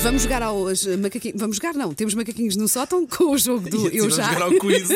Vamos jogar ao hoje macaquinho. Vamos jogar, não. Temos macaquinhos no sótão com o jogo do Ia dizer, Eu assim vamos Já. jogar ao quiz.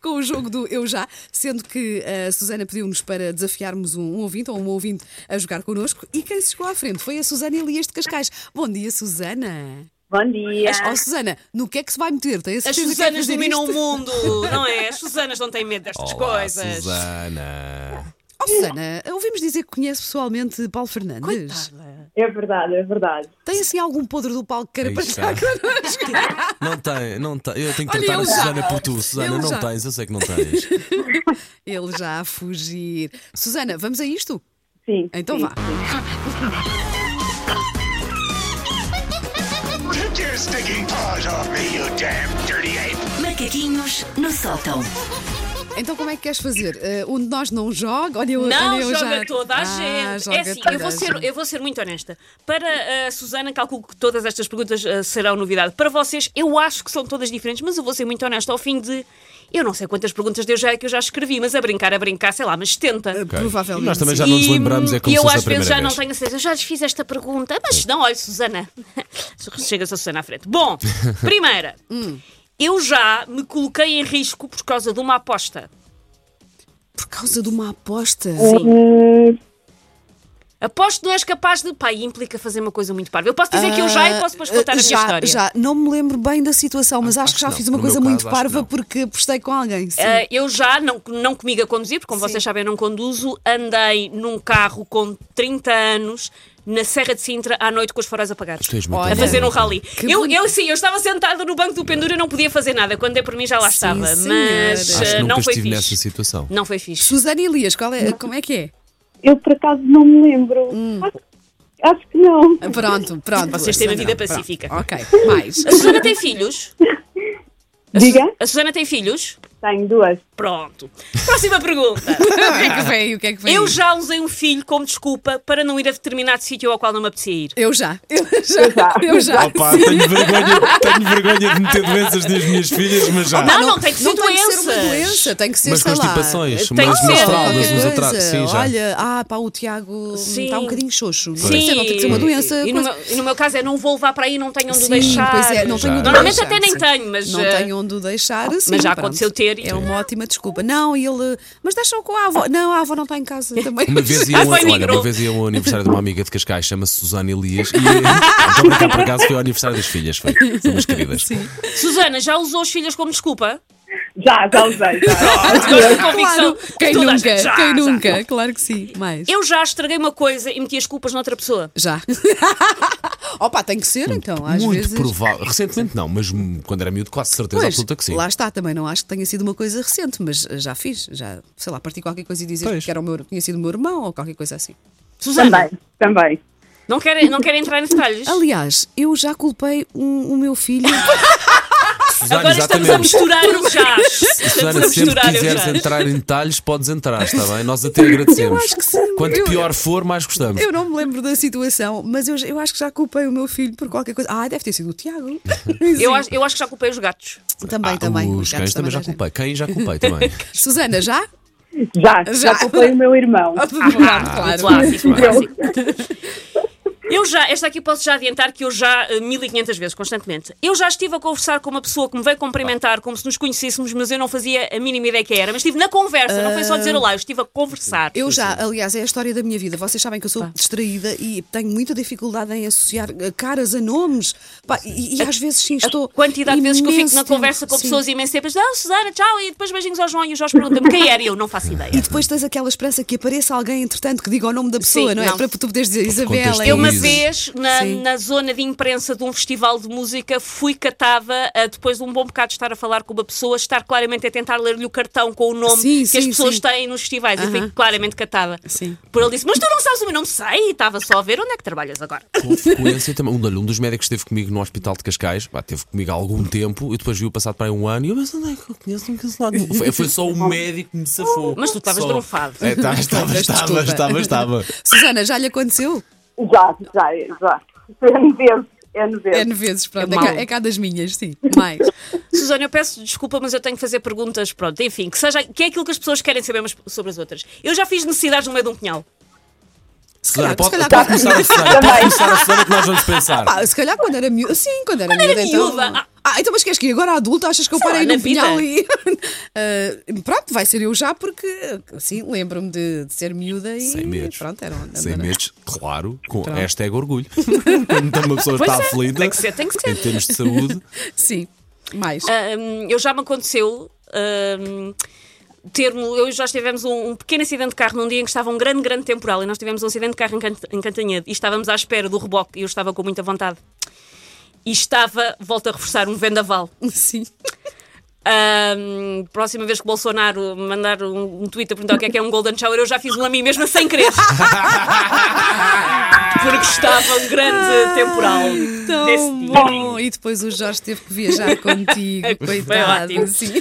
com o jogo do Eu Já, sendo que a Susana pediu-nos para desafiarmos um, um ouvinte ou um ouvinte a jogar connosco e quem se chegou à frente foi a Susana Elias de Cascais. Bom dia, Susana. Bom dia. Ó, Susana, no que é que se vai meter? Tem a As certeza que Susanas vai fazer dominam isto? o mundo, não é? As Susanas não têm medo destas Olá, coisas. Susana. Ó, Oh, Susana, ouvimos dizer que conhece pessoalmente Paulo Fernandes. Coitada. É verdade, é verdade. Tem assim algum podre do palco que queira Aí partilhar está. connosco? Não tem, não tem. Eu tenho que Olha, tratar eu a já. Susana por tu. Susana, Eu não já. tens, eu sei que não tens. Ele já a fugir. Susana, vamos a isto? Sim. Então sim, vá. sim. Take your stinking paws off me, you damn dirty ape! Macaquinhos no sótão. Então como é que queres fazer? Uh, um de nós não joga? Olha, eu, Não olha, eu joga já... toda a Ah, gente. joga É assim, toda eu vou, a ser, gente. eu vou ser muito honesta. Para a Susana, calculo que todas estas perguntas ah, serão novidade. Para vocês, eu acho que são todas diferentes, mas eu vou ser muito honesta ao fim de. Eu não sei quantas perguntas de eu já é que eu já escrevi, mas a brincar, a brincar, sei lá, mas 70. Ok. Provavelmente. Nós também já não nos E- lembramos, é como se E eu fosse a às vezes já primeira não vez. tenho a certeza, já lhes fiz esta pergunta, mas não, olha, Susana. Chega-se a Susana à frente. Bom, primeira, Hum. eu já me coloquei em risco por causa de uma aposta. Por causa de uma aposta. Hum, Aposto que não és capaz de. Pá, e implica fazer uma coisa muito parva. Eu posso dizer que eu já Ah, e posso depois eh, contar a minha eh, já, história. Ah, Já, não me lembro bem da situação, mas Ah, acho que já acho que fiz uma não. No coisa meu muito caso, acho parva que não. porque postei com alguém. Sim. Ah, eu já, não, não comigo a conduzir, porque como vocês sabem, eu não conduzo, andei num carro com 30 anos na Serra de Sintra à noite com os faróis apagados. Tu és muito Olha. a fazer um bonita. rally. Eu, bonito. eu sim, eu estava sentada no banco do pendura, não podia fazer nada. Quando é por mim já lá Sim, estava. senhora. Mas Acho eh, que nunca não foi estive fixe. nessa situação. Não foi fixe. Susana Elias, qual é, como é que é? eu por acaso não me lembro. Acho, acho que não. Pronto, pronto. Vocês têm uma Susana, vida pronto. pacífica. Ok, mais. A Susana tem filhos? Diga? A Susana tem filhos? Tenho duas. Pronto. Próxima pergunta. o que é que veio? O que é que veio? Eu já usei um filho como desculpa para não ir a determinado sítio ao qual não me apetecia ir. Eu já. Eu já. já. Eu já. Opa, tenho vergonha, tenho vergonha de meter doenças nas minhas filhas, mas já. Não, não, tem que ser Ah, Não tem que ser doenças. uma doença, tem que ser, Mas sei lá, constipações, Tem mas que ser. fraldas, qualquer uns coisa. atrasos. Sim, já. Olha, ah, pá, o Tiago Sim. está um bocadinho xoxo. Sim. é, Não tem que ser uma doença. E no, coisa. meu, e no meu caso é não vou levar para aí, não tenho onde o Sim, deixar. pois é, não tenho onde Normalmente deixar, até nem sim. tenho, mas. Não eh, tenho onde o deixar, sim, já pronto. aconteceu ter e- É uma ótima desculpa. Não, e ele. Mas deixam com a avó. Não, a avó não está em casa também. Uma vez Ah, ia Ah, Foi olha, migrou. uma vez ia ao aniversário de uma amiga de Cascais, chama-se Susana Elias, e então para cá por acaso foi ao aniversário das filhas, foi. São umas queridas. Susana, já usou os filhos como desculpa? Já, já usei. Já. Gosto de Claro, convicção. quem Toda a nunca? gente- já, quem já. nunca? Claro que sim. Mais. Eu já estraguei uma coisa e meti as culpas noutra pessoa. Já. Opa, tem que ser então, às Muito vezes. provável. Recentemente não, mas hum, quando era miúdo, quase certeza Pois, absoluta que sim. Lá está, também não acho que tenha sido uma coisa recente, mas eh, já fiz, já, sei lá, parti qualquer coisa e dizer Pois. que era o meu, tinha sido o meu irmão ou qualquer coisa assim. Susana, Também, também. não quero, não quero entrar em detalhes. Aliás, eu já culpei um- o meu filho. Susana, Agora estamos a misturar os jás. Estamos Susana, a se sempre misturar os quiseres jás. entrar em detalhes, podes entrar, está bem? Nós até agradecemos. Eu acho que sim. Quanto Eu- pior for, mais gostamos. eu não me lembro da situação, mas eu, eu acho que já culpei o meu filho por qualquer coisa. Ah, deve ter sido o Tiago. Eu Sim. acho, eu acho que já culpei os gatos. Também, também. Ah, Os cães gatos também já têm. culpei. Quem já culpei também. Susana, já? Já, já, Já. comprei o meu irmão. claro, claro. Clássico, clássico. Eu já, esta aqui posso já adiantar que eu já, eh, 1500 vezes, constantemente. Eu já estive a conversar com uma pessoa que me veio cumprimentar como se nos conhecêssemos, mas eu não fazia a mínima ideia que era. Mas estive na conversa, não foi só dizer olá, eu estive a conversar. Ah. Eu já, aliás, é a história da minha vida. Vocês sabem que eu sou distraída e tenho muita dificuldade em associar eh, caras a nomes. Pá, e, e às vezes sim, estou. Quantidade de vezes que eu fico imenso na tempo- conversa com sim. pessoas imensas, sempre, ah, Susana, tchau, e depois beijinhos ao João e o Jorge pergunta-me quem era e eu não faço ideia. E depois tens aquela esperança que apareça alguém, entretanto, que diga o nome da pessoa, não é? não. Para tu poderes dizer Isabela. é contextualizar. Eu Isso. uma vez, na, Sim. na zona de imprensa de um festival de música, fui catada a, depois de um bom bocado de estar a falar com uma pessoa, estar claramente a tentar ler-lhe o cartão com o nome Sim, que as sim, pessoas sim. têm nos festivais e fui Aham. claramente catada. Sim. Por ele disse: Mas tu não sabes o meu nome? Sei, e estava só a ver onde é que trabalhas agora. Com frequência também. Um, olha, um dos médicos esteve comigo no hospital de Cascais, pá, esteve comigo há algum tempo, e depois viu passado para aí um ano, e eu, mas onde é que eu conheço? Não conheço nada. Foi, foi só o médico que me safou. Mas tu estavas Só. drunfado. É, tá- estava, Mas estava, desculpa. estava, estava. Susana, já lhe aconteceu? Já, já, já. N vezes, N vezes. N vezes, pronto. É É, cá, mau. é cá das minhas, sim. Mais. Susana, eu peço desculpa, mas eu tenho que fazer perguntas, pronto, enfim, que seja que é aquilo que as pessoas querem saber umas sobre as outras. Eu já fiz necessidades no meio de um pinhal. Susana, calhar- se pode, calhar- pode começar a Susana, pode Também. começar a Susana que nós vamos pensar. Pá, se calhar quando era miúda. Sim, quando era era miúda. então... miúda. Ah, então mas queres que eu agora adulta achas que eu Sei lá, parei na no vida. punhal e. Ah, pronto, vai ser eu já, porque assim lembro-me de, de ser miúda e. Sem medos. Pronto, um era onda. Sem não era? medos, claro, com hashtag orgulho. Quando uma pessoa Pois Tá está é, aflita, tem que ser, tem que ser. em termos de saúde, Sim. Mais. Ahm, eu já me aconteceu. ahm, Termo, eu e o Jorge tivemos um, um pequeno acidente de carro num dia em que estava um grande, grande temporal e nós tivemos um acidente de carro em, Cant em Cantanhede e estávamos à espera do reboque e eu estava com muita vontade. E estava, volto a reforçar, um vendaval. Sim. Ahm, próxima vez que Bolsonaro mandar um, um tweet a perguntar o que é que é um Golden Shower, eu já fiz um a mim mesma sem querer. Porque estava um grande temporal. Ah, Tão nesse dia. bom. E depois o Jorge teve que viajar contigo. Coitado. ótimo. Sim.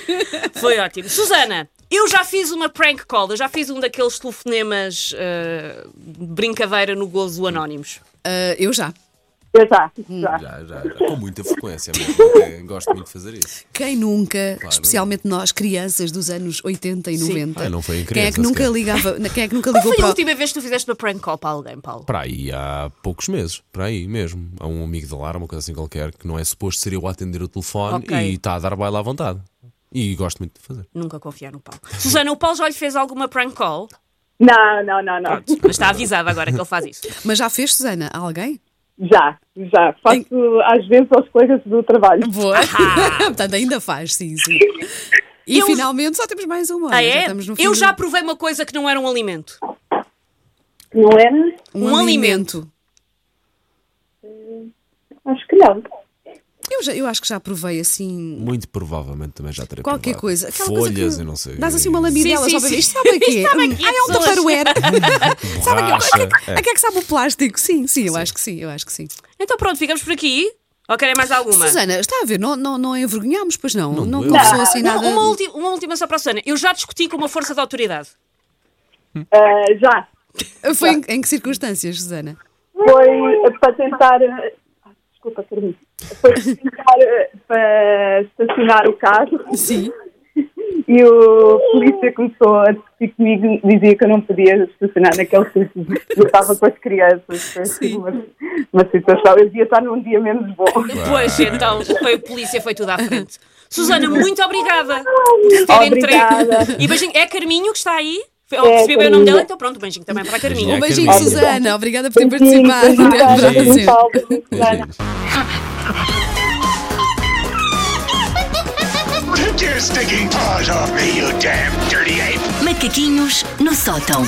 Foi ótimo. Susana, eu já fiz uma prank call, eu já fiz um daqueles telefonemas ah, brincadeira no gozo anónimos. Ah, eu já. Eu já, já. já, já, já, com muita frequência mesmo. até Gosto muito de fazer isso. Quem nunca, especialmente nós, crianças dos anos 80 e 90, Ah, não foi em quem é criança que nunca sequer. ligava, quem é que nunca Qual ligou foi para a o- última vez que tu fizeste uma prank call para alguém, Paulo? Para aí há poucos meses, para aí mesmo. Há um amigo de alarme, uma coisa assim qualquer, que não é suposto ser eu a atender o telefone Ok. e está a dar baile à vontade. E gosto muito de fazer. Nunca confiar no Paulo. Susana, o Paulo já lhe fez alguma prank call? Não, não, não, não. Pronto, mas está avisado agora que ele faz isso. Mas já fez, Susana, a alguém? Já, já. Faço às vezes aos colegas do trabalho. Boa. Portanto, ainda faz, sim, sim. E Ah. Eu- finalmente só temos mais uma. Ah, olha, Já é? estamos no fim Eu do- já provei uma coisa que não era um alimento. Não é? era? um, um alimento. Acho que não. Eu, já, eu acho que já provei assim. Muito provavelmente também já terei Qualquer provado. coisa. Aquela Folhas coisa que e não sei. Dás assim uma lamidela só Sim, sim, para sim. ver. Isto sabe a quê? Isto sabe a Hum, quê, Ah, é um pessoas? taparuera. sabe a quê? Borracha. A que- A É. que é que sabe o plástico? Sim, sim, eu acho que sim, eu acho que sim. Então pronto, ficamos por aqui. Ou querem mais alguma? Susana, está a ver, não, não, não envergonhámos, pois não? Não, doeu. começou assim Ah, Uma, nada. uma ulti- uma última só para a Susana. Eu já discuti com uma força de autoridade. Ah, já. Foi em, em que circunstâncias, Susana? Foi para tentar. eh, ah, Desculpa, Carminho. Foi para tentar eh, para estacionar o carro. Sim. E o polícia começou a discutir comigo, dizia que eu não podia estacionar naquele sítio, eu estava com as crianças, foi assim uma, uma situação, eu devia estar num dia menos bom. Pois, então, foi a polícia, foi tudo à frente. Susana, muito obrigada por se ter Obrigada. entregue. E beijinho. É Carminho que está aí? Foi- eu percebi bem o nome Carminho. dela, então pronto, beijinho também para a Carminho. Um É, beijinho, Carminha. Susana. Obrigada por ter participado. Sim, Até à obrigada, próxima. Paulo, Susana. Beijinhos. Take your stinking paws off me, you damn dirty ape! Macaquinhos no sótão.